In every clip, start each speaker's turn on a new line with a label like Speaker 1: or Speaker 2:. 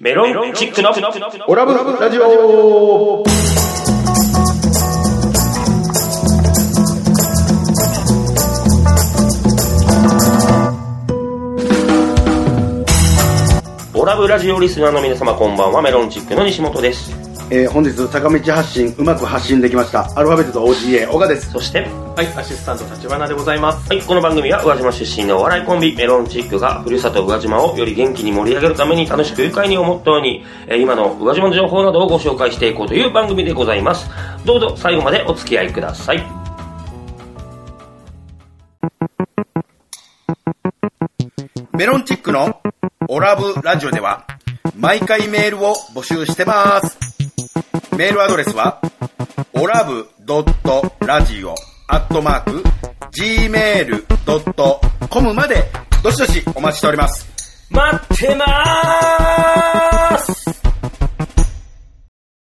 Speaker 1: メロンチックの
Speaker 2: オラブラジオ
Speaker 1: オラブラジオリスナーの皆様こんばんは、メロンチックの西本です。
Speaker 2: えー、本日坂道発信うまく発信できましたアルファベットと OGA 小賀です
Speaker 1: そして、
Speaker 3: はい、アシスタント立花でございます。
Speaker 1: はい、この番組は宇和島出身のお笑いコンビ、メロンチックが、ふるさと宇和島をより元気に盛り上げるために楽しく愉快にをモットーに、えー今の宇和島の情報などをご紹介していこうという番組でございます。どうぞ最後までお付き合いください。
Speaker 4: メロンチックのオラブラジオでは毎回メールを募集してます。メールアドレスはオラブドットラジオアットマーク gmail.com までどしどしお待ちしております。
Speaker 1: 待ってまーす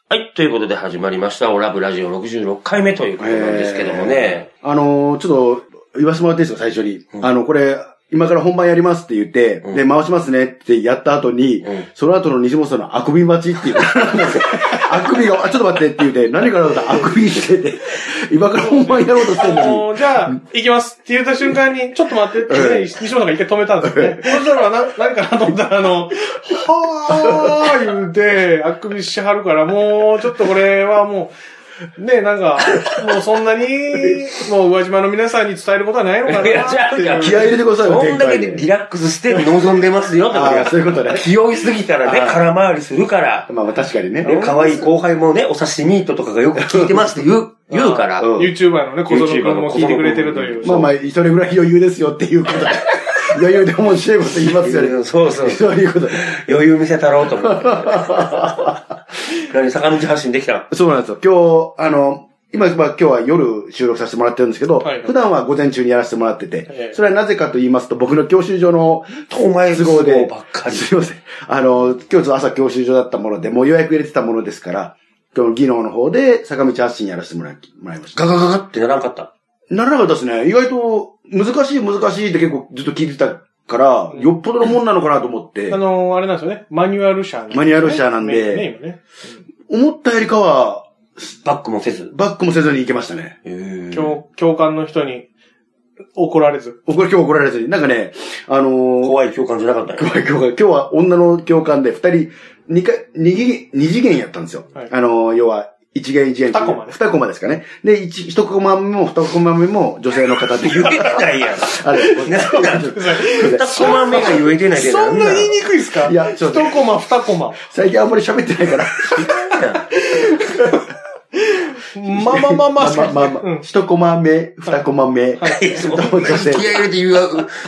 Speaker 1: はい、ということで始まりました、オラブラジオ66回目ということなんですけどもね。
Speaker 2: あのー、ちょっと言わせてもらっていいですか最初に、あのこれ今から本番やりますって言って、
Speaker 1: うん
Speaker 2: で、回しますねってやった後に、
Speaker 1: うん
Speaker 2: その後の西本さんのあくび待ちっていう あくびが、あちょっと待ってって言って、何からだったらあくびしてて、今から本番やろうとしてるのに、
Speaker 3: もう、じゃあ、行きますって言った瞬間に、ちょっと待ってって、西本さんが一回止めたんですよね。そしたら、な、なんかなと思ったら、あの、はー言うて、あくびしはるから、もう、ちょっとこれはもう、ねなんか、もうそんなに、もう、宇和島の皆さんに伝えることはないのかなって
Speaker 1: いや違う違う
Speaker 3: いう。
Speaker 2: 気合い入れてくださいよ、
Speaker 1: こん
Speaker 2: 前
Speaker 1: だけ
Speaker 2: 回
Speaker 1: リ
Speaker 2: で。
Speaker 1: ラックスして望んでますよってこと
Speaker 2: ああ、
Speaker 1: が
Speaker 2: そういうことね。
Speaker 1: 気負いすぎたらね、
Speaker 2: あー
Speaker 1: 空回りするから、
Speaker 2: まあまあ確かにね。
Speaker 1: ね、可愛い後輩もね、お刺身とかがよく聞いてますって言う、言うから、
Speaker 2: うん
Speaker 3: YouTuber のね、小園君も聞いてくれてるという。
Speaker 2: まあまあ、それぐらい余裕ですよっていうことで。余裕で面白いこと言いますよね。
Speaker 1: そうそう
Speaker 2: そういうことで。
Speaker 1: 余裕見せたろうと思 って。何、坂道発信できた
Speaker 2: そうなんですよ。今日、あの、今、まあ、今日は夜収録させてもらってるんですけど、
Speaker 3: はいはい
Speaker 2: 普段は午前中にやらせてもらってて、
Speaker 3: ええ
Speaker 2: それはなぜかと言いますと、僕の教習所の
Speaker 1: お前
Speaker 2: 都合で、
Speaker 1: ばっかり。
Speaker 2: すいません。あの、今日ちょっと朝教習所だったもので、もう予約入れてたものですから、今日の技能の方で坂道発信やらせてもらいもらいました。
Speaker 1: ガガガガってならんかった。
Speaker 2: ならなかったですね。意外と、難しい難しいって結構ずっと聞いてたから、よっぽどのもんなのかなと思って。
Speaker 3: あの、あれなんですよね。マニュアル車なんですね
Speaker 2: マニュアル車なんで
Speaker 3: ね、今ね。
Speaker 2: 思ったよりかは、
Speaker 1: バックもせず。
Speaker 2: バックもせずに行けましたね。
Speaker 1: 今
Speaker 3: 教、教官の人に怒られず。
Speaker 2: おこれ今日怒られずに。なんかね、あのー、
Speaker 1: 怖い教官じゃなかったね。
Speaker 2: 怖い教官。今日は女の教官で二人、二回、二次元二次元やったんですよ。
Speaker 3: はい
Speaker 2: あの、要は、一元一元。
Speaker 3: 二コマね
Speaker 2: 二コマですかね。で、一、一コマ目も二コマ目も女性の方で。
Speaker 1: 言 えてないやん。
Speaker 2: あれ、ごめんなさい
Speaker 1: なんだ二コマ目が言えてないで
Speaker 3: そんな言いにくいですか
Speaker 2: いやちょっと
Speaker 3: 一コマ、二コマ。
Speaker 2: 最近あんまり喋ってないから。
Speaker 3: まあまあまあまあ、
Speaker 2: まあまあま
Speaker 3: う
Speaker 2: あ
Speaker 3: ん。
Speaker 2: 一コマ目、二コマ目。
Speaker 1: いやそんな
Speaker 2: 女性
Speaker 1: 気合い入れて言う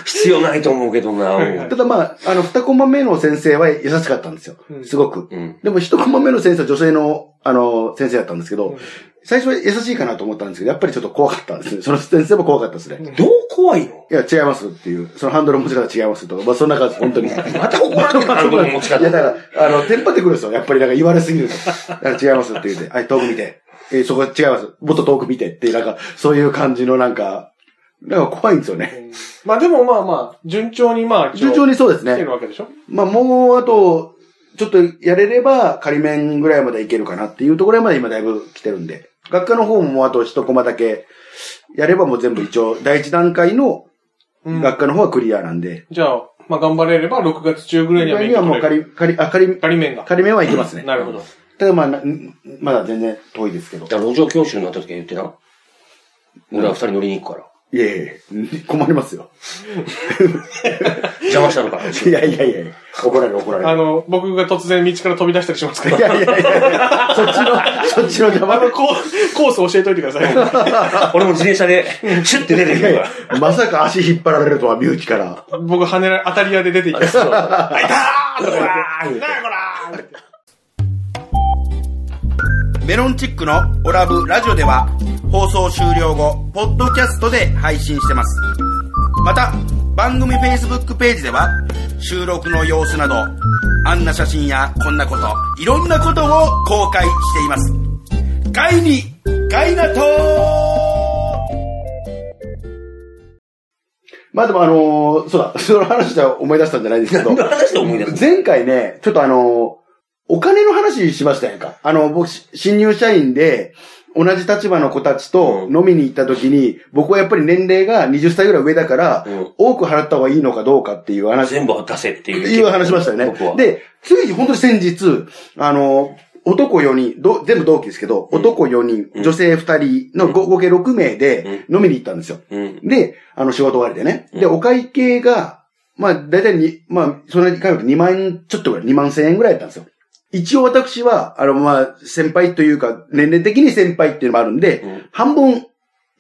Speaker 1: 必要ないと思うけどな。
Speaker 3: はいはい
Speaker 2: ただまあ、あの、二コマ目の先生は優しかったんですよ
Speaker 3: う。ん
Speaker 2: すごく。
Speaker 1: うん。
Speaker 2: でも一コマ目の先生は女性の、あの、先生だったんですけ
Speaker 3: う
Speaker 2: ど
Speaker 3: ん、
Speaker 2: 最初は優しいかなと思ったんですけど、やっぱりちょっと怖かったんですね。その先生も怖かったですね。
Speaker 1: どう怖いの
Speaker 2: いや、違いますっていう。そのハンドル持ち方違いますと。まあ、そんな感じ、本当に。
Speaker 1: また怒られてるハンドルの持ち方
Speaker 2: いや、だから、あの、テンパってくるんですよ。やっぱり、なんか言われすぎると。だから違いますって言って、はい、遠く見て。えーそこ違います。もっと遠く見てっていう、なんか、そういう感じの、なんか、なんか怖いんですよね。
Speaker 3: まあでもまあまあ、順調にまあ、
Speaker 2: 順調
Speaker 3: に
Speaker 2: にそうです
Speaker 3: 来て
Speaker 2: ね
Speaker 3: る。わけでしょ
Speaker 2: まあ、もう、あと、ちょっとやれれば、仮面ぐらいまでいけるかなっていうところまで今だいぶ来てるんで。学科の方ももうあと一コマだけ、やればもう全部一応、第一段階の
Speaker 3: うん。
Speaker 2: 学科の方はクリアなんで。
Speaker 3: じゃあ、まあ頑張れれば6月中ぐらいには
Speaker 2: 仮
Speaker 3: 免
Speaker 2: に
Speaker 3: 許
Speaker 2: はもう
Speaker 3: 取れる。
Speaker 2: 仮、仮、あ、仮、
Speaker 3: 仮面が。
Speaker 2: 仮面はいけますね。
Speaker 3: なるほど。
Speaker 2: ただまあ、なんまだ全然遠いですけど。
Speaker 1: 路上教習になった時は言ってな。俺は二人乗りに行くから。
Speaker 2: いやいや困りますよ。
Speaker 1: 邪魔したのか。
Speaker 2: いやいやいやいや怒られる怒られ
Speaker 3: あ
Speaker 2: る。
Speaker 3: の、僕が突然道から飛び出したりしますか
Speaker 2: い
Speaker 3: ら。
Speaker 2: やいやいやいやそっちの、そっちの 邪
Speaker 3: あ
Speaker 2: 魔
Speaker 3: の、コーコース教えといてください。
Speaker 1: 俺も自転車で、シュッて出てくるから。
Speaker 2: まさか足引っ張られるとは、身内から。
Speaker 3: 僕、跳ねら、当たり屋で出ていきます。あいたーとか言って。なんやこらー
Speaker 4: メロンチックのオラブラジオでは放送終了後、ポッドキャストで配信してます。また、番組 Facebook ページでは収録の様子など、あんな写真やこんなこと、いろんなことを公開しています。ガイに、ガイナトー
Speaker 2: まあでもあのーそうだ、 その話は思い出したんじゃないですけど、
Speaker 1: 話で思い出す。
Speaker 2: 前回ね、ちょっとあの、お金の話しましたやんか。あの、僕、し新入社員で、同じ立場の子たちと
Speaker 1: うん
Speaker 2: 飲みに行った時に、僕はやっぱり年齢が20歳ぐらい上だから、
Speaker 1: うん
Speaker 2: 多く払った方がいいのかどうかっていう話、
Speaker 1: 全部は出せっていう。
Speaker 2: いう話しましたよ
Speaker 1: 僕は
Speaker 2: ね。で、つい本当に先日、あの、男4人、ど全部同期ですけど、
Speaker 1: うん
Speaker 2: 男4人、
Speaker 1: うん
Speaker 2: 女性2人のご合計6名で飲みに行ったんですよ。
Speaker 1: うん。
Speaker 2: で、あの、仕事終わりでね。で、
Speaker 1: うん
Speaker 2: お会計が、まあ、だいたいに、まあ、そんなに買うと2万円、ちょっとぐらい、2万千円ぐらいだったんですよ。一応私は、あの、まあ、先輩というか、年齢的に先輩っていうのもあるんで、
Speaker 1: うん。
Speaker 2: 半分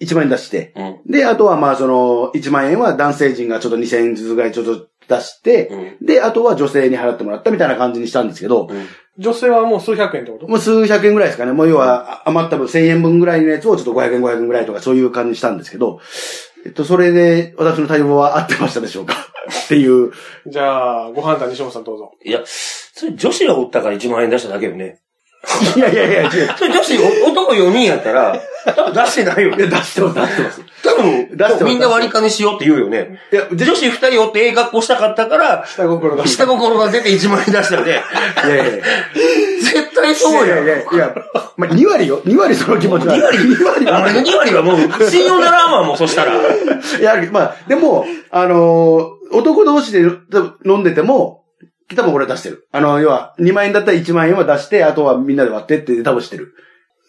Speaker 2: 1万円出して、
Speaker 1: うん。
Speaker 2: で、あとはまあ、その、1万円は男性陣がちょっと2千円ずつぐらいちょっと出して、
Speaker 1: うん。
Speaker 2: で、あとは女性に払ってもらったみたいな感じにしたんですけど、
Speaker 1: うん。
Speaker 3: 女性はもう数百円ってこと
Speaker 2: もう数百円ぐらいですかね。もう要はあ余った分1000円分ぐらいのやつをちょっと500円500円ぐらいとかそういう感じにしたんですけど、えっと、それで私の対応は合ってましたでしょうか っていう。
Speaker 3: じゃあ、ご判断西本さんどうぞ。
Speaker 1: いや、それ女子がおったから1万円出しただけよね。
Speaker 2: いやいやいや、違う。
Speaker 1: それ女子、お男4人やったら、多分出してないよ
Speaker 2: いや
Speaker 1: ね。
Speaker 2: 出してます、出してます。
Speaker 1: 多分、
Speaker 2: 出してます
Speaker 1: みんな割り金しようって言うよね。
Speaker 2: いや、
Speaker 1: で
Speaker 2: で
Speaker 1: 女子2人おってええ格好したかったから、
Speaker 3: 下心が。
Speaker 1: 下心が出て1万円出したよ ね。
Speaker 2: いやいやいや。
Speaker 1: 絶対そう
Speaker 2: い
Speaker 1: や
Speaker 2: や
Speaker 1: ん
Speaker 2: い。やいや、まあ、2割よ。2割その気持ちは。
Speaker 1: 2割、
Speaker 2: 2割は
Speaker 1: 俺の2割はもう、信用ならんわ、もう、そしたら。
Speaker 2: いや、まあ、でも、あのー男同士で多分飲んでても、多分俺は出してる。あの、要は、2万円だったら1万円は出して、あとはみんなで割ってって多分してる。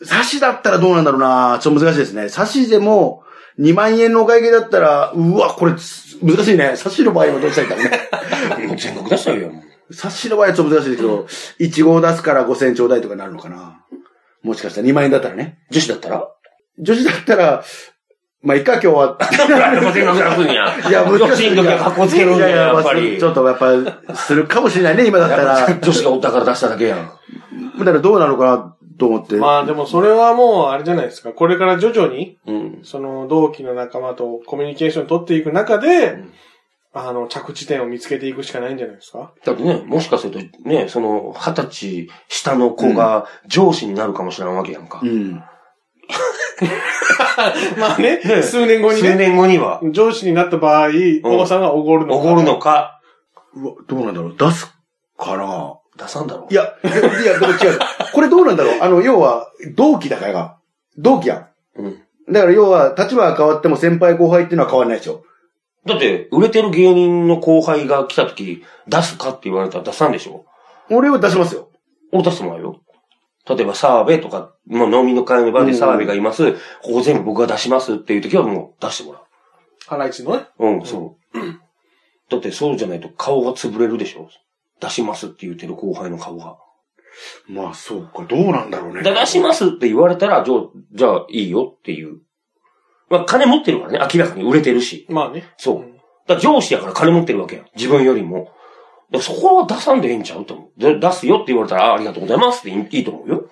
Speaker 2: 差しだったらどうなんだろうなちょっと難しいですね。差しでも、2万円のお会計だったら、うわ、これ、つ難しいね。差しの場合はどうしたらいいか ね。
Speaker 1: もう全額出したよ、もう。
Speaker 2: 差しの場合はちょっと難しいですけど、1号出すから5000円ちょうだいとかなるのかなもしかしたら2万円だったらね。
Speaker 1: 女子だったら
Speaker 2: 女子だったら、まあ、いっか、今日は。
Speaker 1: 全額出すんや。
Speaker 2: いや、
Speaker 1: 女
Speaker 2: 難しい。
Speaker 1: 子の時は格好つけるん
Speaker 2: い
Speaker 1: や、
Speaker 2: いい
Speaker 1: やっぱ
Speaker 2: まあ
Speaker 1: り。
Speaker 2: ちょっとやっぱ、するかもしれないね、今だったら。だ
Speaker 1: 女子がおったから出しただけやん。
Speaker 2: からどうなのかなと思って。
Speaker 3: まあでもそれはもうあれじゃないですか。これから徐々に、
Speaker 1: うん。
Speaker 3: その同期の仲間とコミュニケーション取っていく中で、
Speaker 1: ん
Speaker 3: あの、着地点を見つけていくしかないんじゃないですか。
Speaker 1: だってね、もしかするとね、その、二十歳下の子が上司になるかもしれんわけやんか
Speaker 2: う。ん。
Speaker 3: まあ ね、
Speaker 1: ね
Speaker 3: 数年後に
Speaker 1: 数
Speaker 3: ね、
Speaker 1: 年後には、
Speaker 3: 上司になった場合、おばさんがおごるの
Speaker 1: おごるのか、
Speaker 2: うわ、どうなんだろう。出すかな
Speaker 1: 出さんだろ
Speaker 2: い。や、いや、いやでも違う。これどうなんだろう。あの、要は、同期だから。同期や
Speaker 1: うん。
Speaker 2: ん。だから要は、立場が変わっても先輩後輩っていうのは変わらないでしょ。
Speaker 1: だって、売れてる芸人の後輩が来た時、出すかって言われたら出さんでしょ
Speaker 2: 俺は出しますよ。
Speaker 1: 俺出してもらうよ。例えば、澤部とか、もう飲みの会の場で澤部がいます、ここ全部僕が出しますっていう時はもう出してもらう。
Speaker 3: ハライチのね。
Speaker 1: うん、そう。だってそうじゃないと顔が潰れるでしょ出しますって言ってる後輩の顔が。
Speaker 2: まあ、そうか。どうなんだろうね。
Speaker 1: だ出しますって言われたら、じゃあ、じゃあいいよっていう。まあ、金持ってるからね、明らかに売れてるし。
Speaker 3: まあね。
Speaker 1: そう。だから上司やから金持ってるわけや。自分よりも。だからそこは出さんでええんちゃうと思う。で出すよって言われたら、あありがとうございますっていいいいと思うよ。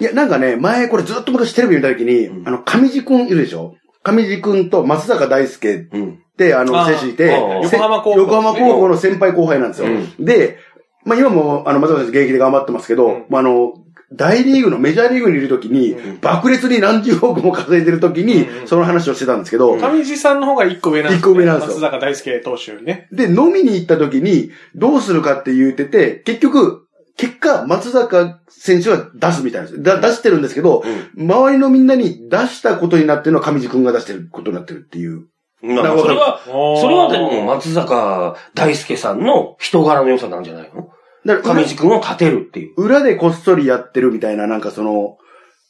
Speaker 2: いや、なんかね、前これずっと昔テレビ見た時に、
Speaker 1: うん
Speaker 2: あの、上地くんいるでしょ上地くんと松坂大輔
Speaker 1: うん。
Speaker 2: って、あの、
Speaker 3: あー
Speaker 2: 選手いて、
Speaker 1: あー
Speaker 2: せ
Speaker 3: 横浜高校
Speaker 2: 横浜高校の先輩後輩なんですよ。で、まあ今も、あの、松坂選手現役で頑張ってますけど、
Speaker 3: うん
Speaker 2: まああの、大リーグのメジャーリーグにいるときに、
Speaker 3: うん
Speaker 2: 爆裂に何十億も稼いでるときに、
Speaker 3: うん
Speaker 2: その話をしてたんですけど、
Speaker 3: 上地さんの方が一個上なんです
Speaker 2: 一個上なんですよ
Speaker 3: 松坂大輔投手よりね。
Speaker 2: で、飲みに行ったときに、どうするかって言ってて、結局、結果、松坂選手は出すみたいなんですよだ出してるんですけど、周りのみんなに出したことになってるのは上地君が出してることになってるっていう。
Speaker 1: うん。なん
Speaker 2: な
Speaker 1: か
Speaker 2: るほど
Speaker 1: それは、そ
Speaker 3: そ
Speaker 1: れはでも松坂大輔さんの人柄の良さなんじゃないの
Speaker 2: だから
Speaker 1: 上地君を立てるっていう。
Speaker 2: 裏でこっそりやってるみたいな、なんかその、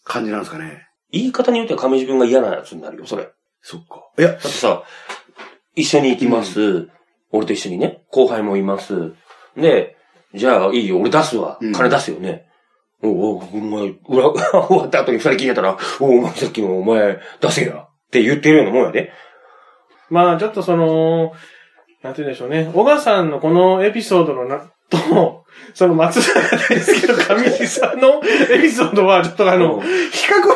Speaker 2: 感じなんですかね。
Speaker 1: 言い方によっては上地君が嫌なやつになるよ、それ。だ
Speaker 2: そっか。いや、
Speaker 1: ってさ、一緒に行きます。俺と一緒にね、後輩もいます。で、じゃあいいよ、俺出すわ。
Speaker 2: うん
Speaker 1: 金出すよね。おお、お前、裏、 終わった後に二人聞いたら、おお、お前さっきのお前出せや。って言ってるようなもんやで。
Speaker 3: まあちょっとその、なんて言うんでしょうね。小川さんのこのエピソードのな、と、 その松坂大輔と上地さんの エピソードは、ちょっとあ
Speaker 1: あ
Speaker 3: の、
Speaker 1: う
Speaker 3: 比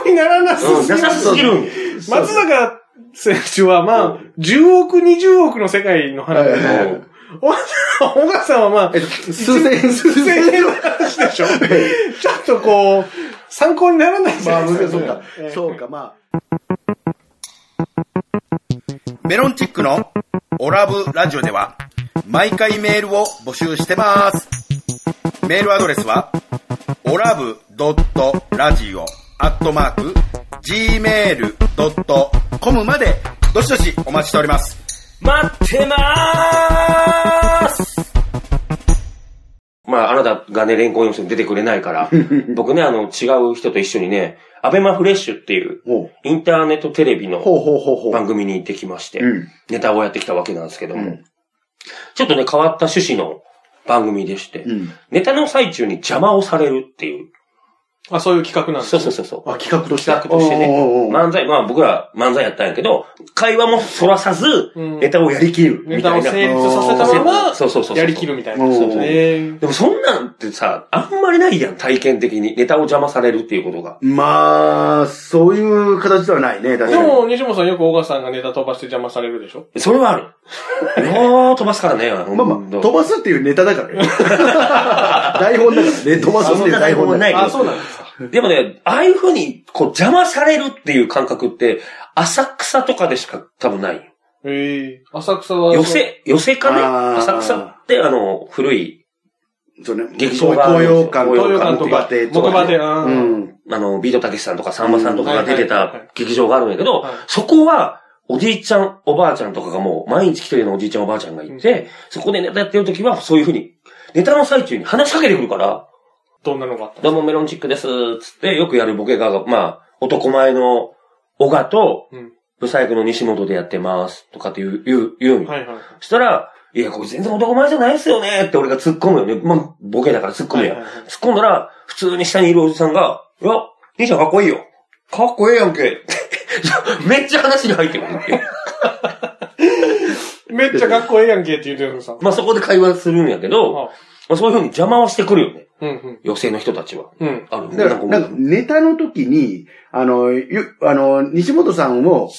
Speaker 3: 較にならなさ
Speaker 1: ん、
Speaker 3: す
Speaker 1: な
Speaker 3: ぎ
Speaker 1: さ
Speaker 3: ます
Speaker 1: すぎるんよ
Speaker 3: 松坂選手はまあ、10億、20億の世界の話
Speaker 2: はいはいは
Speaker 3: で、
Speaker 1: うん
Speaker 3: 小川さんはまあ
Speaker 2: えっ、と、数千円、
Speaker 3: 数
Speaker 2: 数
Speaker 3: 千
Speaker 2: 千
Speaker 3: 円
Speaker 2: 円
Speaker 3: の
Speaker 2: の。
Speaker 3: 話でしょ。ちょっとこう、参考にならないじゃないですか。
Speaker 2: そうか
Speaker 3: ええ。
Speaker 2: そうか、まあ。
Speaker 4: メロンチックのオラブラジオでは、毎回メールを募集してます。メールアドレスは、オラブドットラジオアットマーク、gmail.com まで、どしどしお待ちしております。
Speaker 1: 待ってまーすまあ、あなたがね、レンコン要素に出てくれないから、僕ね、あの、違う人と一緒にね、アベマフレッシュっていう、
Speaker 2: ほう
Speaker 1: インターネットテレビの
Speaker 2: ほうほうほうほう。
Speaker 1: 番組に行ってきまして、
Speaker 2: うん
Speaker 1: ネタをやってきたわけなんですけども、
Speaker 2: うん
Speaker 1: ちょっとね、変わった趣旨の番組でして、
Speaker 2: うん。
Speaker 1: ネタの最中に邪魔をされるっていう、
Speaker 3: あ、そういう企画なんで
Speaker 1: そ
Speaker 3: す
Speaker 1: う
Speaker 3: ね
Speaker 1: そうそうそう、
Speaker 2: あ、企画として。
Speaker 1: 企画としてね
Speaker 2: おうおうおう
Speaker 1: 漫才、まあ僕ら漫才やったんやけど、会話もそらさず、
Speaker 3: うん
Speaker 1: ネタをやりきるみ
Speaker 3: ネ
Speaker 1: た
Speaker 3: タ
Speaker 1: い
Speaker 3: を
Speaker 1: な。
Speaker 3: 成立させたま
Speaker 1: そうそうそうそ
Speaker 3: ま、
Speaker 1: う
Speaker 3: やりきるみたいな。
Speaker 2: うん
Speaker 1: そうそう
Speaker 3: へー
Speaker 1: でもそんなんってさ、あんまりないやん、体験的に。ネタを邪魔されるっていうことが。
Speaker 2: まあ、そういう形ではないね、確
Speaker 3: で
Speaker 2: かに。
Speaker 3: も、西本さんよく小川さんがネタ飛ばして邪魔されるでしょ
Speaker 1: それはあ る。もう飛ばすからね。
Speaker 2: まあまあ、飛ばすっていうネタだからね。 台本だからね、飛ばすっていう台本だから。
Speaker 1: いけど
Speaker 3: あ、そうなんですか。
Speaker 1: でもね、ああいうふうに、こう、邪魔されるっていう感覚って、浅草とかでしか多分ない。
Speaker 3: へえ。浅草は。
Speaker 1: 寄せ、寄せか
Speaker 2: あ
Speaker 1: ね
Speaker 2: ー
Speaker 1: 浅草って、あの、古い、
Speaker 2: そうね。
Speaker 1: 劇場
Speaker 2: 東
Speaker 1: がある
Speaker 2: 洋館
Speaker 1: 東洋
Speaker 2: とか、
Speaker 1: 館と
Speaker 2: 木
Speaker 1: か
Speaker 2: 馬亭と
Speaker 3: 木
Speaker 2: か
Speaker 3: 馬
Speaker 2: ね。
Speaker 3: で、あー
Speaker 2: うん。
Speaker 1: あの、ビートたけしさんとかさんまさんとか
Speaker 3: う
Speaker 1: が
Speaker 3: んはい
Speaker 1: 出
Speaker 3: はい
Speaker 1: てた
Speaker 3: はいはい
Speaker 1: 劇場があるんやけど
Speaker 3: はい、
Speaker 1: そこは、おじいちゃん、おばあちゃんとかがもう、毎日来てるようなおじいちゃん、おばあちゃんがいて、そこでネタやってる時は、そういうふうに、ネタの最中に話しかけてくるから、
Speaker 3: どんなのがあった
Speaker 1: どうもメロンチックです、つって、よくやるボケが、まあ、男前の、小賀と、
Speaker 3: うん。
Speaker 1: ブサイクの西本でやってます、とかっていう、言う、言うんよ
Speaker 3: はいはい。
Speaker 1: そしたら、いや、これ全然男前じゃないですよねって俺が突っ込むよね。まあ、ボケだから突っ込むやん。
Speaker 3: はいはいはい
Speaker 1: 突っ込んだら、普通に下にいるおじさんが、いや、兄ちゃんかっこいいよ。かっこええやんけ。 ってめっちゃ話に入ってくるって いう。
Speaker 3: めっちゃかっこええやんけって言うてるのさ。
Speaker 1: まあ、そこで会話するんやけど、
Speaker 3: あ
Speaker 1: まあ、そういう風に邪魔をしてくるよね。
Speaker 3: うん
Speaker 1: 女性の人たちは。
Speaker 3: うん。うん。
Speaker 1: ある
Speaker 2: だから、なんか、ネタの時に、あの、ゆ、あの、西本さんを、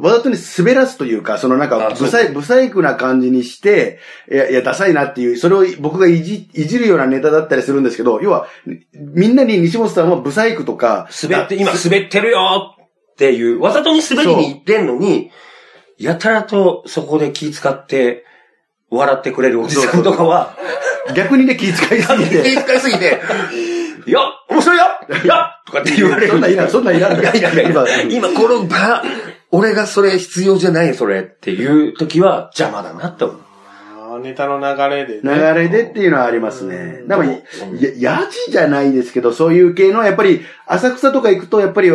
Speaker 2: わざとに滑らすというか、そのなんか、
Speaker 1: あそう
Speaker 2: ブサイ、ブサイクな感じにして、いや、いや、ダサいなっていう、それを僕がいじ、いじるようなネタだったりするんですけど、要は、みんなに西本さんはブサイクとか、
Speaker 1: 滑って、今滑ってるよっていう、わざとに滑りに行ってんのに、やたらとそこで気使って、笑ってくれるおじさんとかは、
Speaker 2: 逆にね、気遣いすぎ
Speaker 1: 気
Speaker 2: て。
Speaker 1: 遣いすぎて、いや、面白いよいやとかって言われる。
Speaker 2: そんなんいらん、そんなんいらん。
Speaker 1: いやいやいや今この場、俺がそれ必要じゃないそれっていう時は邪魔だなって思う。
Speaker 3: ああ、ネタの流れで、
Speaker 2: 流
Speaker 3: ね。
Speaker 2: れでっていうのはありますね。だから、や
Speaker 1: うん、
Speaker 2: やじじゃないですけど、そういう系の、やっぱり、浅草とか行くと、やっぱり、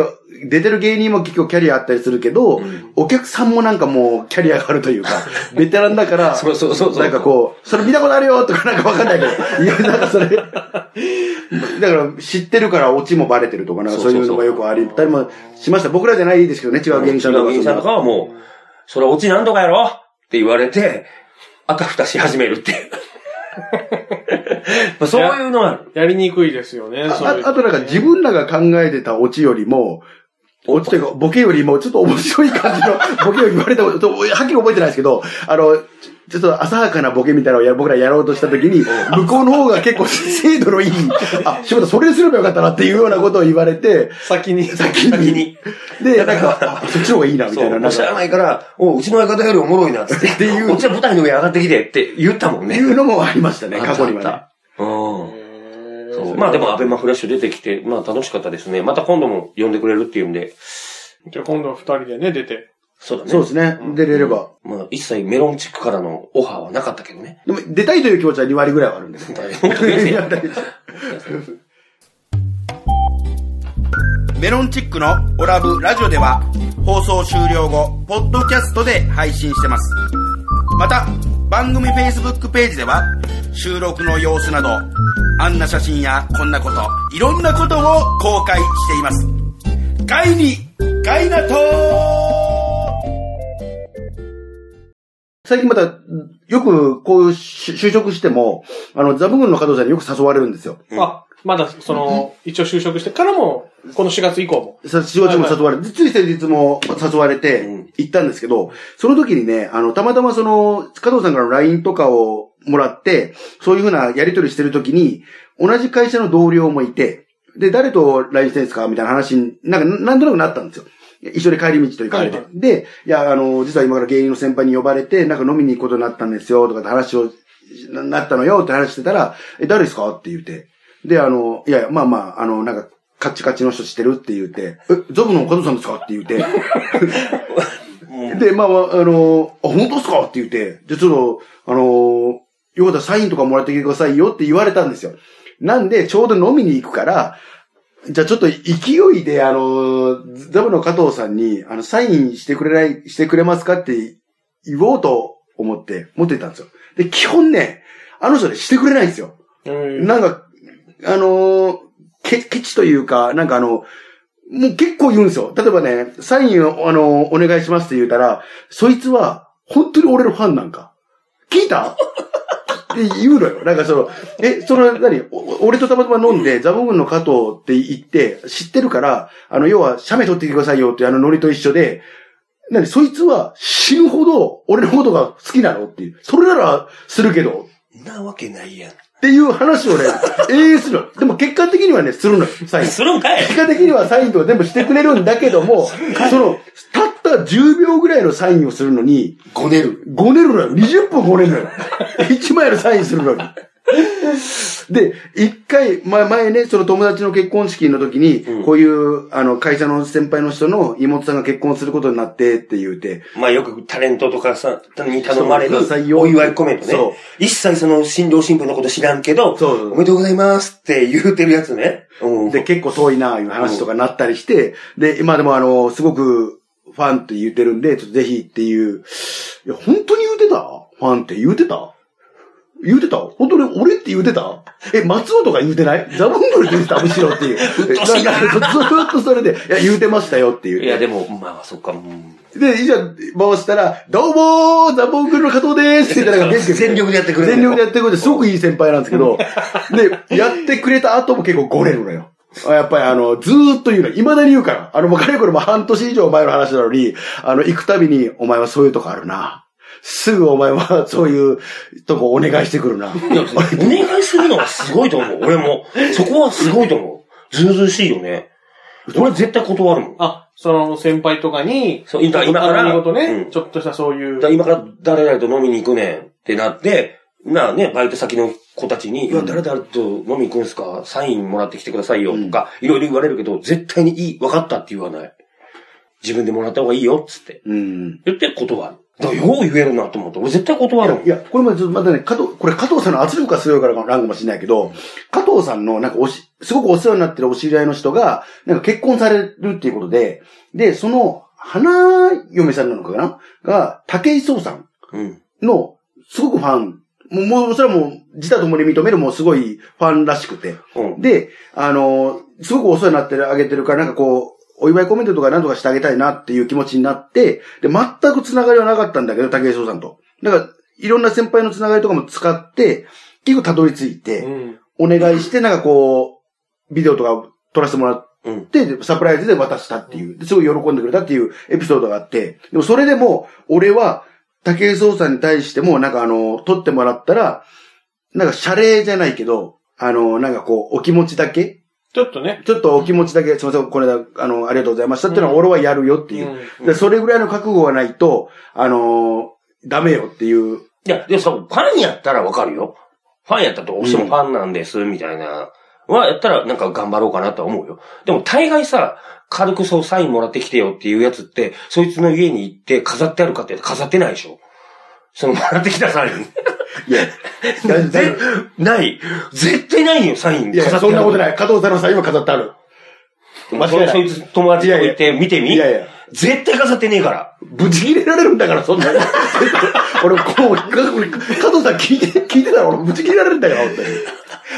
Speaker 2: 出てる芸人も結構キャリアあったりするけど、
Speaker 1: ん
Speaker 2: お客さんもなんかもう、キャリアがある というか、ベテランだから、
Speaker 1: そうそうそうそう
Speaker 2: なんかこう、それ見たことあるよとかなんかわかんない けど、いや、なんかそれ、だから、知ってるから、オチもバレてるとか、なんかそういうのがよくありたりもしました。僕らじゃないですけどね、違う芸人さんとか。
Speaker 1: 芸人さんとかはもう、それ落ちなんとかやろって言われて、赤蓋し始めるっていう。まあそういうのは、
Speaker 3: やりにくいですよね、そう
Speaker 2: あ
Speaker 3: いう
Speaker 2: ああとなんか自分らが考えてたオチよりも、オチというか、ボケよりも、ちょっと面白い感じの ボケを言われたこと、はっきり覚えてないですけど、あの、ちょっと浅はかなボケみたいなのをや僕らやろうとしたときに、向こうの方が結構精度のいい、あ、仕事それにすればよかったなっていうようなことを言われて、
Speaker 3: 先に。
Speaker 2: 先に。
Speaker 1: 先に。
Speaker 2: で、なんか、あそっちの方がいいな、みた
Speaker 1: そ
Speaker 2: いな。
Speaker 1: う、
Speaker 2: な
Speaker 1: もうん知ら
Speaker 2: か
Speaker 1: ないから、おう、うちの相方よりおもろいなっつって、っていう。こっちは舞台の上上がってきてって言ったもんね。
Speaker 2: いうのもありましたね、
Speaker 1: あ
Speaker 2: 過去には
Speaker 1: あっ。
Speaker 2: ね
Speaker 1: たうん。
Speaker 3: へ
Speaker 1: そ
Speaker 3: ー
Speaker 1: うまあでも、アベマフレッシュ出てきて、まあ楽しかったですね。また今度も呼んでくれるっていうんで、
Speaker 3: じゃあ今度は二人でね、出て。
Speaker 1: そうだね。
Speaker 2: そうですね、出れれば。
Speaker 1: まあ一切メロンチックからのオファーはなかったけどね。
Speaker 2: でも、出たいという気持ちは2割ぐらいはあるんですね。
Speaker 4: メロンチックのオラブラジオでは放送終了後、ポッドキャストで配信してます。また、番組 Facebook ページでは収録の様子など、あんな写真やこんなこと、いろんなことを公開しています。ガイに、ガイナトー
Speaker 2: 最近また、よく、こう、し就職しても、あの、ザブ軍の加藤さんによく誘われるんですよ。
Speaker 1: うん
Speaker 3: あ、まだ、その、一応就職してからも、この4月以降も。
Speaker 2: さ仕事にも誘われて、つい先日も誘われ
Speaker 1: うん
Speaker 2: て、行ったんですけど、その時にね、あの、たまたまその、加藤さんからの LINE とかをもらって、そういうふうなやり取りしてる時に、同じ会社の同僚もいて、で、誰と LINE してるんですかみたいな話に、なんか、なんとなくなったんですよ。一緒に帰り道というか、
Speaker 3: はいはい
Speaker 2: で、いや、あの、実は今から芸人の先輩に呼ばれて、なんか飲みに行くことになったんですよ、とかって話を、ななったのよって話してたら、え、誰ですかって言って。で、あの、いやいや、まあまあ、あの、なんか、カッチカチの人してるって言って、え、ゾブの加藤さんですかって言 って。で、まあまあ、あの、あ、本当ですかって言って、で、ちょっと、あの、よかったらサインとかもらってきてくださいよって言われたんですよ。なんで、ちょうど飲みに行くから、じゃあちょっと勢いで、あの、ザブの加藤さんに、あの、サインしてくれない、してくれますかって言おうと思って持ってったんですよ。で、基本ね、あの人でしてくれないんですよ。
Speaker 3: うん。
Speaker 2: なんか、あのーケ、ケチというか、なんかあの、もう結構言うんですよ。例えばね、サインを、あのーお願いしますって言うたら、そいつは、本当に俺のファンなんか。聞いたって言うのよ。なんかその、え、その何、おお俺とたまたま飲んで、ザボ軍の加藤って言って、知ってるから、あの、要は、写メ撮ってきてくださいよっていうあのノリと一緒で、何、そいつは死ぬほど俺のことが好きなのっていう。それならするけど、
Speaker 1: なわけないやん。
Speaker 2: っていう話をね、永遠するの。でも結果的にはね、するのよ、サイン。
Speaker 1: するんかい
Speaker 2: 結果的にはサインとか全部してくれるんだけども、その、たった10秒ぐらいのサインをするのに、
Speaker 5: ごねる。
Speaker 2: ごねるのよ。20分ごねるのよ。1枚のサインするのに。で、一回、ま、前ね、その友達の結婚式の時に、こういう、あの、会社の先輩の人の妹さんが結婚することになってって言うて、
Speaker 1: まあよくタレントとかさ、に頼まれる
Speaker 2: そうくださいよ
Speaker 1: お祝いコメントね
Speaker 2: そ。
Speaker 1: 一切その新郎新婦のこと知らんけど、
Speaker 2: そう
Speaker 1: おめでとうございますって言うてるやつね。うん。
Speaker 2: で、結構遠いな、いう話とかなったりして、で、今でもあの、すごく、ファンって言ってるんで、ちょっとぜひっていう。いや、本当に言うてたファンって言うてた言うてた本当に俺って言うてたえ、松尾とか言うてないザブングルって言うてたむしろっ ていう。
Speaker 1: とうしいな
Speaker 2: なんかずずっとそれで、いや、言うてましたよっていう。
Speaker 1: いやでも、まあそっか、うん。
Speaker 2: で、以上、回したら、どうもーザボングルの加藤です って言ったら元気です
Speaker 5: 全力でやってくれる
Speaker 2: 全力でやってくれて、すごくいい先輩なんですけ ど、で、やってくれた後も結構ごれるのよ。あやっぱりあの、ずーっと言うの。未だに言うから。あの、もうかれこれも半年以上前の話なのに、あの、行くたびに、お前はそういうとこあるな。すぐお前はそういうとこお願いしてくるな。
Speaker 1: いやお願いするのはすごいと思う。俺も。そこはすごいと思う。ずうずうしいよね。俺絶対断るもん。
Speaker 3: あ、その先輩とかに、
Speaker 1: そう今今から
Speaker 3: あの仕事ね、
Speaker 1: うん
Speaker 3: ちょっとしたそういう
Speaker 1: だか。ら今から誰々と飲みに行くねんってなって、なあね、バイト先の子たちに、いや、誰々と飲み行くんすかサインもらってきてくださいよとか、いろいろ言われるけど、絶対にいい、わかったって言わない。自分でもらった方がいいよ、っつって。
Speaker 2: うん。
Speaker 1: 言って断る。だから、よう言えるなと思って、俺絶対断るもん
Speaker 2: いや、これもちょっとまたね、加藤、これ加藤さんの圧力が強いからなんかもしれないけど、加藤さんのなんかおし、すごくお世話になってるお知り合いの人が、なんか結婚されるっていうことで、で、その、花嫁さんなのかなが、竹井壮さん
Speaker 1: うん。
Speaker 2: の、すごくファン。もう、もう、それはもう、自他ともに認めるもうすごいファンらしくて。
Speaker 1: うん。
Speaker 2: で、あのーすごくお世話になってる、あげてるから、なんかこう、お祝いコメントとかなんとかしてあげたいなっていう気持ちになって、で、全くつながりはなかったんだけど、竹井壮さんと。だから、いろんな先輩のつながりとかも使って、結構たどり着いて、
Speaker 3: ん。
Speaker 2: お願いして、なんかこう、ビデオとか撮らせてもらっ
Speaker 1: うん。
Speaker 2: て、でサプライズで渡したっていう、ですごい喜んでくれたっていうエピソードがあって、でもそれでも、俺は、竹井壮さんに対しても、なんかあの、撮ってもらったら、なんか謝礼じゃないけど、あの、なんかこう、お気持ちだけ
Speaker 3: ちょっとね。
Speaker 2: ちょっとお気持ちだけ、すみません、この間、あの、ありがとうございましたっていうのは、俺はやるよっていう。
Speaker 1: うん
Speaker 2: で、それぐらいの覚悟がないと、あのーダメよっていう。
Speaker 1: いや、でもさ、ファンやったらわかるよ。ファンやったらどうしてもファンなんです、みたいな。は、やったらなんか頑張ろうかなとは思うよ。でも大概さ、軽くそうサインもらってきてよっていうやつって、そいつの家に行って飾ってあるかって言うと飾ってないでしょ。そのもらってきたサイ ン。
Speaker 2: いや、 大丈
Speaker 1: ぜ
Speaker 2: 夫。
Speaker 1: ない。絶対ないよ、サイン。
Speaker 2: いや、
Speaker 1: 飾って
Speaker 2: そ
Speaker 1: あ
Speaker 2: ん
Speaker 1: る
Speaker 2: なことない。加藤さんのサインは飾ってある。間
Speaker 1: そ
Speaker 2: 違いない
Speaker 1: そいつ友達とい
Speaker 2: いや
Speaker 1: て見てみ
Speaker 2: いやいや
Speaker 1: 絶対飾ってねえから。
Speaker 2: ぶち切れられるんだから、そんなの。俺、こう、加藤さん聞いて、聞いてたら俺、ぶち切れられるんだよ、本当に。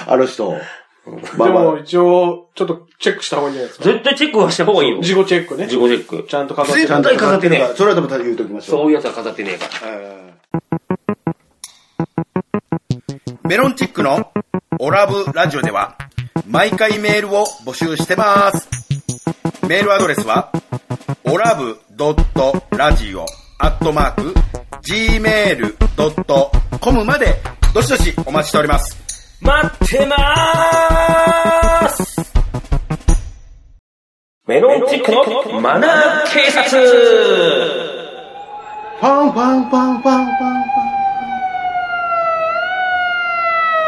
Speaker 2: あの人。まあ
Speaker 3: で
Speaker 2: ま
Speaker 3: も
Speaker 2: あ。
Speaker 3: 一応、ちょっとチェックした方がいいんじゃないですか。
Speaker 1: 絶対チェックはした方がいいよ。
Speaker 3: 自己チェックね。
Speaker 1: 自己チェック。
Speaker 3: ちゃんと飾って
Speaker 1: 絶対飾ってねえ
Speaker 2: それは多分言うときましょう。
Speaker 1: そういうやつは飾ってねえから。
Speaker 2: え
Speaker 4: メロンチックのオラブラジオでは毎回メールを募集してます。メールアドレスはオラブドットラジオアットマーク gmail.com までどしどしお待ちしております。
Speaker 1: 待ってまーすメロンンチックのマナー警察
Speaker 2: パンパンパンパンパンパン。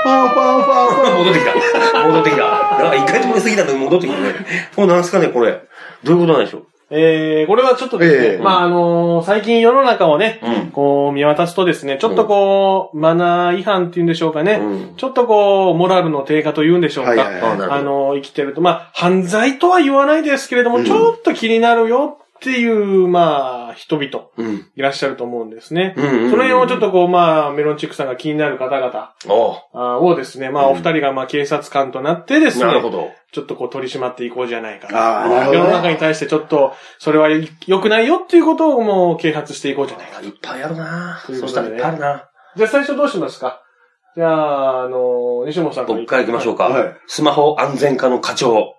Speaker 2: パンパンパンパン。
Speaker 1: 戻ってきた。戻ってきた。なんか一回通り過ぎたのに戻ってきたね。これなんすかね、これ。どういうことなんでしょう
Speaker 3: えー、これはちょっとですね、
Speaker 2: ええ
Speaker 3: まあ、あのー最近世の中をね、
Speaker 1: うん
Speaker 3: こう見渡すとですね、ちょっとこう、マナー違反っていうんでしょうかね、
Speaker 1: うん
Speaker 3: ちょっとこう、モラルの低下というんでしょうか。
Speaker 2: はいはい
Speaker 1: あ
Speaker 2: は。
Speaker 1: ないる
Speaker 3: あ
Speaker 1: ほど。
Speaker 3: のー生きてると、まあ、犯罪とは言わないですけれども、
Speaker 2: うん
Speaker 3: ちょっと気になるよっていう、まあ、人々、
Speaker 1: うん。
Speaker 3: いらっしゃると思うんですね。
Speaker 1: うんうんうんうん
Speaker 3: その辺をちょっとこう、まあ、メロンチックさんが気になる方々
Speaker 1: おう
Speaker 3: あーをですね、まあ、お二人がまあ、警察官となってですね、
Speaker 1: なるほど。
Speaker 3: ちょっとこう取り締まっていこうじゃないか
Speaker 2: あーなるほど
Speaker 3: 世
Speaker 2: ね
Speaker 3: の中に対してちょっと、それは良くないよっていうことをもう啓発していこうじゃないか
Speaker 1: いっぱいあるな
Speaker 3: という
Speaker 1: そ
Speaker 3: こ
Speaker 1: し
Speaker 3: と
Speaker 1: たら
Speaker 3: でね
Speaker 1: いっぱいあるな
Speaker 3: じゃあ最初どうしますかじゃあ、あの、西本さん
Speaker 1: 僕から行きましょうか。
Speaker 2: はい
Speaker 1: スマホ安全課の課長、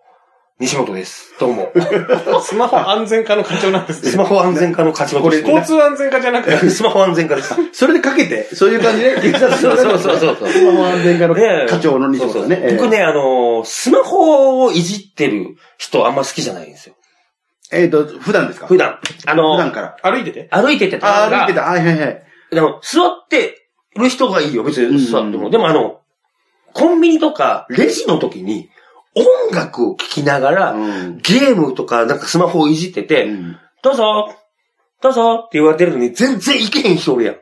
Speaker 1: 西本です。どう も。
Speaker 3: う。 スマホ安全課の課長なんです ね
Speaker 1: スマホ安全課の課長です。
Speaker 3: 交通安全課じゃなくて、
Speaker 1: スマホ安全課です。
Speaker 2: それでかけて、そういう感じで、警察
Speaker 1: そうそうそうそうそう
Speaker 2: スマホ安全課の
Speaker 1: ねえ
Speaker 2: 課長の西本さんね。
Speaker 1: そうそう
Speaker 2: ええ
Speaker 1: 僕ね、あのースマホをいじってる人あんま好きじゃないんですよ。
Speaker 2: えっと、普段ですか
Speaker 1: 普段。あの
Speaker 2: 普
Speaker 1: ー
Speaker 2: 段から。
Speaker 3: 歩いてて。
Speaker 1: 歩いててと
Speaker 2: あ
Speaker 1: か
Speaker 2: あ、歩いてた。はいはいはい。
Speaker 1: でも座ってる人がいいよ。別に座っても。
Speaker 2: うん
Speaker 1: でもあの、コンビニとかレジの時に音楽を聴きながら、
Speaker 2: うん
Speaker 1: ゲームとかなんかスマホをいじってて、
Speaker 2: うん
Speaker 1: どうぞどうぞって言われてるのに全然いけへん人おるやん。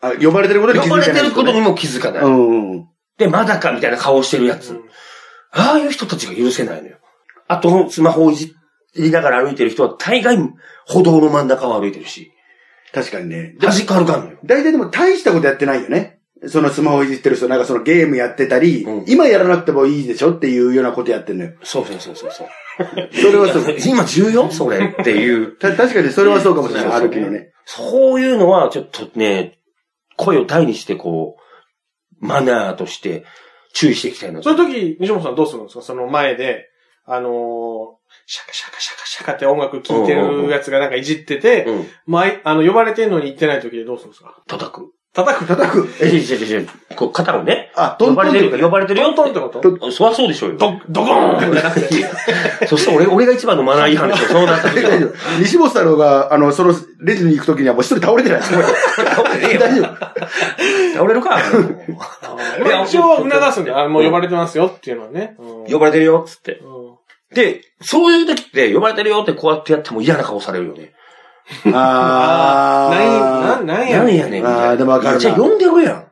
Speaker 2: あ呼ばれてることに気
Speaker 1: 呼ば
Speaker 2: づ
Speaker 1: れ
Speaker 2: いて
Speaker 1: て
Speaker 2: ない
Speaker 1: ることにも気づかない。
Speaker 2: うんうん。
Speaker 1: で、まだかみたいな顔してるやつ。ああいう人たちが許せないのよ。あと、スマホをいじりながら歩いてる人は大概歩道の真ん中を歩いてるし、
Speaker 2: 確かにね。で
Speaker 1: 端から歩かんのよ。
Speaker 2: 大体でも大したことやってないよね。そのスマホいじってる人、なんかそのゲームやってたり
Speaker 1: うん、
Speaker 2: 今やらなくてもいいでしょっていうようなことやってんのよ。
Speaker 1: そうそうそうそうそう。
Speaker 2: それはそう。
Speaker 1: 今重要それっていう。
Speaker 2: た確かにそれはそうかもしれない、
Speaker 1: そうそう
Speaker 2: 歩きのね。
Speaker 1: そういうのはちょっとね、声を大にしてこう、マナーとして注意していきたいなと
Speaker 3: その時、西本さんどうするんですかその前で、あのーシャカシャカシャカシャカって音楽聴いてるやつがなんかいじってて、
Speaker 1: うん。
Speaker 3: まあ、あの、呼ばれてんのに行ってない時でどうするんですか
Speaker 1: 叩く。
Speaker 3: 叩く
Speaker 2: 叩く。
Speaker 1: え、違う違う違う。こう、肩をね、
Speaker 2: あ、ト
Speaker 1: 呼
Speaker 2: ント
Speaker 1: ば
Speaker 2: ン
Speaker 1: れ
Speaker 2: って
Speaker 1: るか
Speaker 2: てこと
Speaker 1: ら呼ばれてるよ
Speaker 3: トン
Speaker 1: って
Speaker 3: トンってこと
Speaker 1: とそりゃそうでしょうよ。
Speaker 3: ド、ドゴーンじゃなくて。
Speaker 1: そしたら俺、俺が一番のマナー違反でしょ。そうなった時
Speaker 2: 大
Speaker 1: は。
Speaker 2: 丈夫。 西本太郎が、あの、その、レジに行くときにはもう一人倒れてない。
Speaker 1: 倒れねえよ
Speaker 2: 大 丈
Speaker 1: 倒れるか。
Speaker 3: ま あ、一応促すんだよ。あもう呼ばれてますよっていうのはね。うん
Speaker 1: 呼ばれてるよ、つって。
Speaker 3: うん
Speaker 1: で、そういう時って、呼ばれてるよってこうやってやっても嫌な顔されるよね。
Speaker 2: 夫。あ
Speaker 3: な
Speaker 2: ー。
Speaker 3: ん、なんや
Speaker 1: なんやねん。みたいな
Speaker 2: あーでもわかるな
Speaker 1: じゃあ呼んでるやん。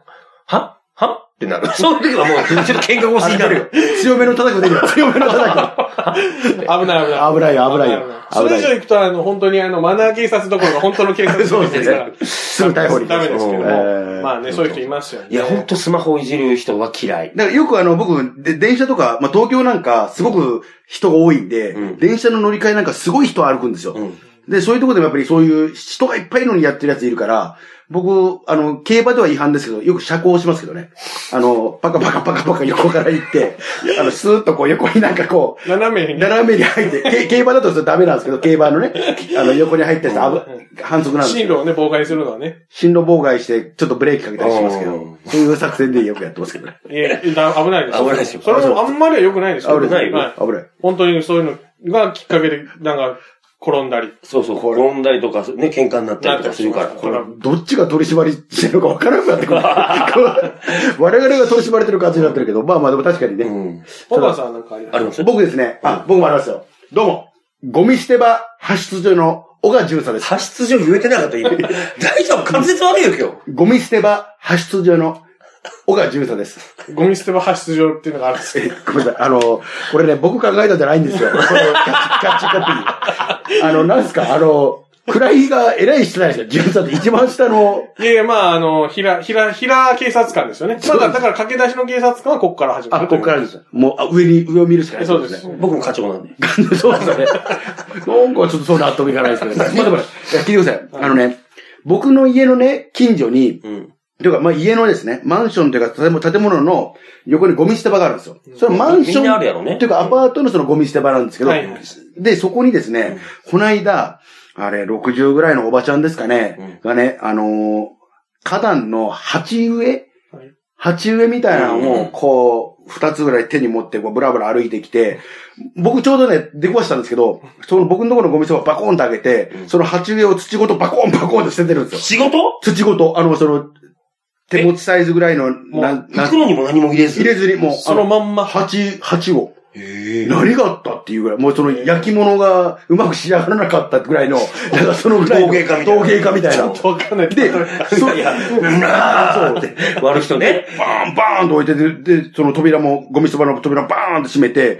Speaker 1: ははってなる。 そういう時はもう、ちょっと喧嘩腰になるよ。
Speaker 2: 強めの叩くできる。強めの叩く。
Speaker 3: 危ない危ない。
Speaker 2: 危ないよ、危ないよ。
Speaker 3: そ
Speaker 2: 危
Speaker 3: れ
Speaker 2: な
Speaker 3: 以
Speaker 2: い
Speaker 3: 上
Speaker 2: よ。
Speaker 3: 行くと、あの、本当にあの、マナー警察どころか本当の警 察
Speaker 2: そう
Speaker 3: で
Speaker 2: ですす
Speaker 3: から
Speaker 2: ね。。すぐ逮捕に。
Speaker 3: ダメですけども
Speaker 2: えー
Speaker 3: まあね、そういう人いますよね。
Speaker 1: いや、ほんとスマホいじる人は嫌い。
Speaker 2: だからよくあの、僕、で電車とか、まあ、東京なんか、すごく人が多いんで、
Speaker 1: うん
Speaker 2: 電車の乗り換えなんかすごい人歩くんですよ。
Speaker 1: うん。
Speaker 2: で、そういうところでもやっぱりそういう人がいっぱいいるのにやってるやついるから、僕、あの、競馬では違反ですけど、よく車交しますけどね。あの、パカパカパカパカ横から 行って、あの、スーッとこう横になんかこう、
Speaker 3: 斜めに。
Speaker 2: 斜めに入って、け競馬だとそれダメなんですけど、競馬のね、あの、横に入ってさ、危反則なんです
Speaker 3: 進
Speaker 2: よ
Speaker 3: 路をね、妨害するのはね。
Speaker 2: 進路妨害して、ちょっとブレーキかけたりしますけ
Speaker 1: う
Speaker 2: ど
Speaker 1: ん、
Speaker 2: そういう作戦でよくやってますけどね。
Speaker 3: いや、だ危ないですよ。
Speaker 1: 危ないですよ
Speaker 3: それもあんまりは良くないですよ。
Speaker 2: 危
Speaker 1: ないよ
Speaker 3: は
Speaker 2: 危ない。
Speaker 3: 本当にそういうのがきっかけで、なんか、転んだり。
Speaker 1: そうそう、転んだりとか、ね、喧嘩になったりとかするから。
Speaker 3: これは
Speaker 2: どっちが取り締まりしてるのか分からなくなって くる。我々が取り締まれてる感じになってるけど、まあまあでも確かにね。
Speaker 1: うん。
Speaker 3: 小川さんはなんかあります
Speaker 1: あります
Speaker 2: 僕ですね。あ、僕もありますよ。どうも。ゴミ捨て場発出所の小川淳さんです。
Speaker 1: 発出所言えてなかった、今。 大丈夫滑舌悪いよ、今日。
Speaker 2: ゴミ捨て場発出所の小川淳さんです。
Speaker 3: ゴミ捨て場発出場っていうのがあるんですよ。
Speaker 2: えごめんなさい。あの、これね、僕考えたんじゃないん ですよ。このキャッチキャッチコピー。あの、なんですか、あの、位が偉い人なんですよ。淳さんって一番下の、
Speaker 3: いやいや、まあ、あの、平、平、平警察官ですよね。まだ、だから駆け出しの警察官はここから始ま
Speaker 2: あ、
Speaker 3: る。
Speaker 2: ここからですよ。もう、あ上に、上を見るしかない、
Speaker 3: そうです。。
Speaker 1: 僕も課長なんで。
Speaker 2: そうですね。なんかちょっとそう納得い かないですけど、ね。まあでもね、いや聞いてください。あのね、僕の家のね、近所に、
Speaker 1: うん。
Speaker 2: というか、まあ家のですね、マンションというか、建物建物の横にゴミ捨て場があるんですよ。それはマンショ
Speaker 1: みんなあるやろ
Speaker 2: ン
Speaker 1: ね
Speaker 2: というか、アパートのそのゴミ捨て場なんですけど
Speaker 3: はいはい、
Speaker 2: で、そこにですね、この間、あれ、60ぐらいのおばちゃんですかね、がね、あのー花壇の鉢植え
Speaker 3: はい
Speaker 2: 鉢植えみたいなの
Speaker 1: うんうん
Speaker 2: を、こ二つぐらい手に持って、こう、ブラブラ歩いてきて、僕ちょうどね、出くわしたんですけど、その僕のところのゴミ箱をバコーンと上げて、その鉢植えを土ごとバコーンバコーンと捨ててるんですよ。
Speaker 1: 仕事
Speaker 2: 土ごと、あの、その、手持ちサイズぐらいの、なん、
Speaker 1: 行
Speaker 2: なん
Speaker 1: くのにも何も入れず。
Speaker 2: 入れずに、もう、
Speaker 3: そのまん ま。
Speaker 2: 鉢、鉢を。
Speaker 1: へえ。
Speaker 2: 何があったっていうぐらい、もうその焼き物がうまく仕上がらなかったぐらいの、なんかそのぐらいの。
Speaker 1: 陶芸家みたいな
Speaker 2: 陶芸家みたい
Speaker 3: ちょ
Speaker 2: な
Speaker 3: っ。とわかんない。
Speaker 2: で、そ
Speaker 1: いや、うなーって割る人ね。
Speaker 2: バーンバーンと置いてて、で、その扉も、ゴミそばの扉バーンと閉めて、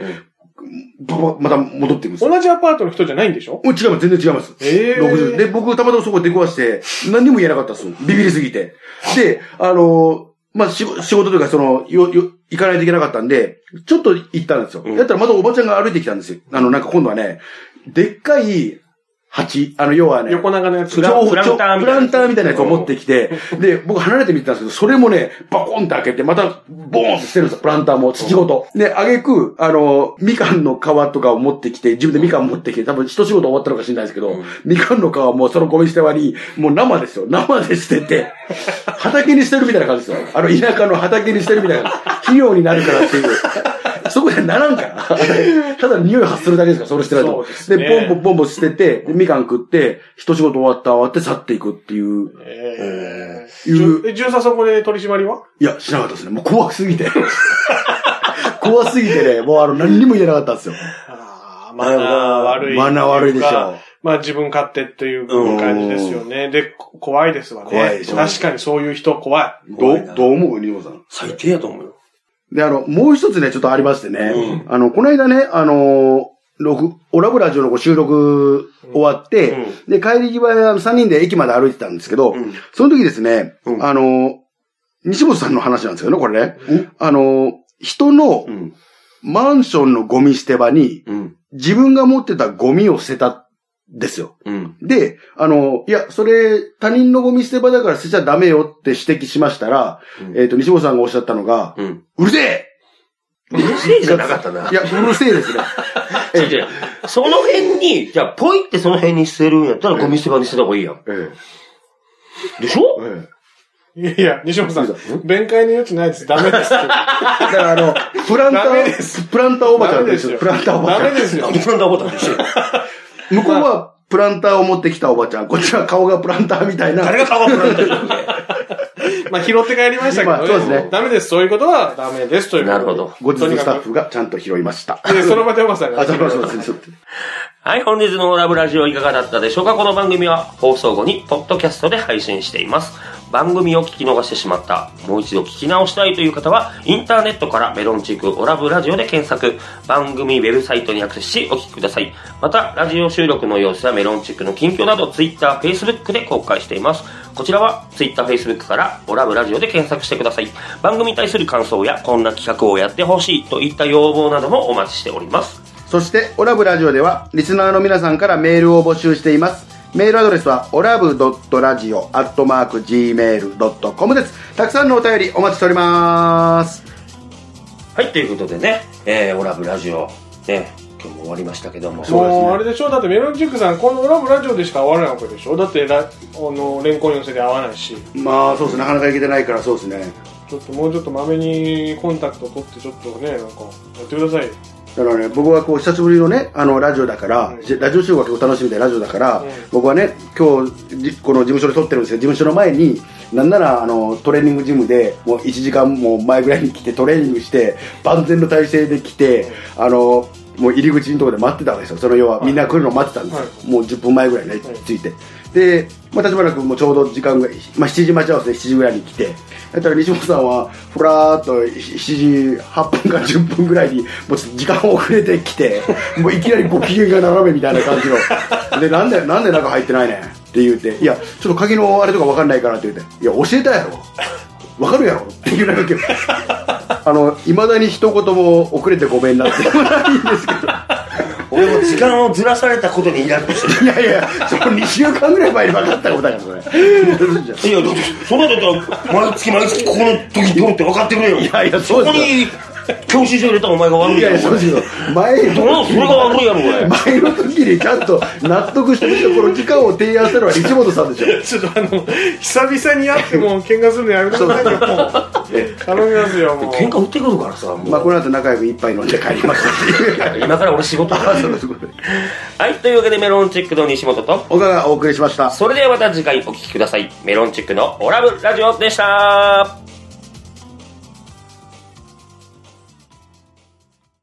Speaker 2: ババまた戻っていくんですよ。
Speaker 3: 同じアパートの人じゃないんでしょ
Speaker 2: うん違います、全然違います。
Speaker 3: へー
Speaker 2: 60で、僕、たまたまそこで出くわして、何にも言えなかったです。ビビりすぎて。で、あのーまあ、仕仕事というか、その、よ、よ、行かないといけなかったんで、ちょっと行ったんですよ。
Speaker 1: うん
Speaker 2: やったらまたおばちゃんが歩いてきたんですよ。あの、なんか今度はね、でっかい鉢、あの、要はね、
Speaker 3: 横長のやつ。
Speaker 1: ラ
Speaker 2: 情報
Speaker 1: プランターみたいなやつ
Speaker 2: プランターみたいなやつを持ってきて、で、僕離れて見てたんですけど、それもね、バコンって開けて、また、ボーンって捨てるんですよ、プランターも、土ごと。で、あげく、あの、みかんの皮とかを持ってきて、自分でみかん持ってきて、多分一仕事終わったのか知らないですけど、みかんの皮もそのゴミ捨て場に、もう生ですよ、生で捨てて、 畑に捨てるみたいな感じですよ。あの、田舎の畑に捨てるみた いな、肥料になるからっていう。そこでならんから。ただ匂い発するだけですから、それしてない
Speaker 3: そう
Speaker 2: と
Speaker 3: で。す
Speaker 2: で
Speaker 3: ね
Speaker 2: ポンポンボンボン捨てて、でみかん食って、一仕事終わった、終わって去っていくっていう。
Speaker 3: え
Speaker 2: い
Speaker 3: ー
Speaker 2: う
Speaker 3: え。じゅさんそこで取り締まりはい
Speaker 2: や、しなかったですね。もう怖すぎて。怖すぎてね、もうあの、何にも言えなかったんですよ。
Speaker 3: ああ、マナー悪い。
Speaker 2: マナー悪いでし
Speaker 3: とうか
Speaker 2: ょ。。
Speaker 3: まあ自分勝手という
Speaker 1: うん
Speaker 3: 感じですよね。で、こ怖いですわね。
Speaker 2: 怖いでしょ
Speaker 3: 確かにそういう人怖い。
Speaker 2: ど
Speaker 1: 怖いな
Speaker 2: う、どう思うニモさん。
Speaker 1: 最低やと思うよ。
Speaker 2: で、あの、もう一つね、ちょっとありましてね。
Speaker 1: う
Speaker 2: あの、この間ね、あの、録オラブラジオのこう収録終わって、で、帰り際、あの3人で駅まで歩いてたんですけど、
Speaker 1: うん
Speaker 2: その時ですね、
Speaker 1: うん
Speaker 2: あの、西本さんの話なんですよね、これね。あの、人の
Speaker 1: うん。
Speaker 2: マンションのゴミ捨て場に
Speaker 1: うん。
Speaker 2: 自分が持ってたゴミを捨てたんですよ。
Speaker 1: うん。
Speaker 2: で、あの、いや、それ、他人のゴミ捨て場だから捨てちゃダメよって指摘しましたら、
Speaker 1: うん
Speaker 2: えっ、と、西本さんがおっしゃったのが、
Speaker 1: うん。
Speaker 2: うるせえ
Speaker 1: うるせえじゃなかったな。
Speaker 2: いや、うるせえですね。
Speaker 1: 違う違う。その辺に、じゃあ、ポイってその辺に捨てるんやったらゴミ捨て場に捨てた方がいいやん。
Speaker 2: え
Speaker 1: でしょ
Speaker 2: えええ
Speaker 3: いやいや、西本さ
Speaker 2: そ
Speaker 3: ん
Speaker 2: うだ、
Speaker 3: 弁解の余地ないです。ダメですっ
Speaker 2: だか
Speaker 3: て。
Speaker 2: らあの、プランタ
Speaker 3: ダメで
Speaker 2: ー、プランターおばちゃんと
Speaker 3: ダメです
Speaker 2: 一緒
Speaker 3: よ
Speaker 2: プランターおば
Speaker 3: ダ
Speaker 2: ちゃ
Speaker 3: メ
Speaker 2: ん。
Speaker 3: ですよ。
Speaker 1: なんだ思ったんでしょ
Speaker 2: 向こうはプランターを持ってきたおばちゃん、こっちは顔がプランターみたいな。
Speaker 1: 誰が顔をられたんだ
Speaker 3: まあ拾って帰りましたけど、
Speaker 2: まあそうですね
Speaker 3: ダメです。そういうことはダメです。というこ
Speaker 1: な
Speaker 3: とで
Speaker 1: るほど。
Speaker 2: 後日スタッフがちゃんと拾いました。 あ、
Speaker 3: で、その場でおばさんが。
Speaker 2: そうそうそうそう。
Speaker 1: はい、本日のオラブラジオいかがだったでしょうかこの番組は放送後にポッドキャストで配信しています。番組を聞き逃してしまった、もう一度聞き直したいという方は、インターネットからメロンチークオラブラジオで検索、番組ウェブサイトにアクセスしお聞きください。また、ラジオ収録の様子やメロンチークの近況など、Twitter、Facebook で公開しています。こちらは Twitter、Facebook からオラブラジオで検索してください。番組に対する感想や、こんな企画をやってほしいといった要望などもお待ちしております。
Speaker 2: そして、オラブラジオでは、リスナーの皆さんからメールを募集しています。メールアドレスは、オラブドットラジオアットマーク Gmail.com です。たくさんのお便りお待ちしております。
Speaker 1: はい、ということでね、えー、オラブラジオ、ね、今日も終わりましたけども、
Speaker 2: そうですね
Speaker 3: もうあれでしょだってメロンチックさん、このラブラジオでしか会わないわけでしょだってラ、あの、レンコン寄せで会わないし、
Speaker 2: まあ、そうですね。なかなかいけてないから、そうですね。
Speaker 3: ちょっともうちょっとまめにコンタクト取って、ちょっとね、なんか、やってくださいよ。
Speaker 2: だからね、僕はこう、久しぶりのね、あの、ラジオだから、
Speaker 3: うん
Speaker 2: じラジオ集合が結構楽しみで、ラジオだから、
Speaker 3: うん
Speaker 2: 僕はね、今日、じこの事務所で撮ってるんですけど、事務所の前に、なんなら、あの、トレーニングジムで、もう1時間も前ぐらいに来て、トレーニングして、万全の体制で来て、あの、もう入り口のところで待ってたわけですよ。その要は、
Speaker 3: い
Speaker 2: みんな来るの待ってたんですよ。
Speaker 3: は
Speaker 2: もう10分前ぐらいね、着いて。で、まあ、立花君もちょうど時間が、まあ、7時待ち合わせで7時ぐらいに来て、だったら西本さんは、ふらーっと7時8分から10分ぐらいに、もうちょっと時間遅れてきて、 もういきなりご機嫌が斜めみたいな感じの。で、なんで、なんで中入ってないねんって言って、いや、ちょっと鍵のあれとかわかんないからって言って、いや、教えたやろ。わかるやろって言われるけど、あの、いまだに一言も遅れてごめんなって言わないんですけど。
Speaker 1: 俺も時間をずらされたことにイラッとして
Speaker 2: いやいや、その2週間ぐらい前に分かったことだから、それ。
Speaker 1: る。いや、だって、そんなだったら、毎月毎月ここの時どうって分かってくれよ。い
Speaker 2: やいやそうで
Speaker 1: ここ
Speaker 2: すよ
Speaker 1: に教習所入れたらお前が悪い
Speaker 2: い
Speaker 1: や
Speaker 2: やい
Speaker 1: ろ
Speaker 2: や、そうですよ。前の
Speaker 1: お前それが悪いやろお前
Speaker 2: 前の時にちゃんと納得してるこの期間を提案したのは西本さんでしょ。
Speaker 3: ちょっとあの、久々に会っても喧嘩するのやめてくださいよ、も う。頼みますよ、もう。
Speaker 1: 喧嘩売ってくるからさもう
Speaker 2: まあ、この後仲良く一杯飲んで帰りました っていう。
Speaker 1: 今から俺仕事だ
Speaker 2: あ そうですごめん
Speaker 1: はいというわけでメロンチックの西本と
Speaker 2: 岡がお送りしました。
Speaker 1: それではまた次回お聴きくださいメロンチックのオラブラジオでした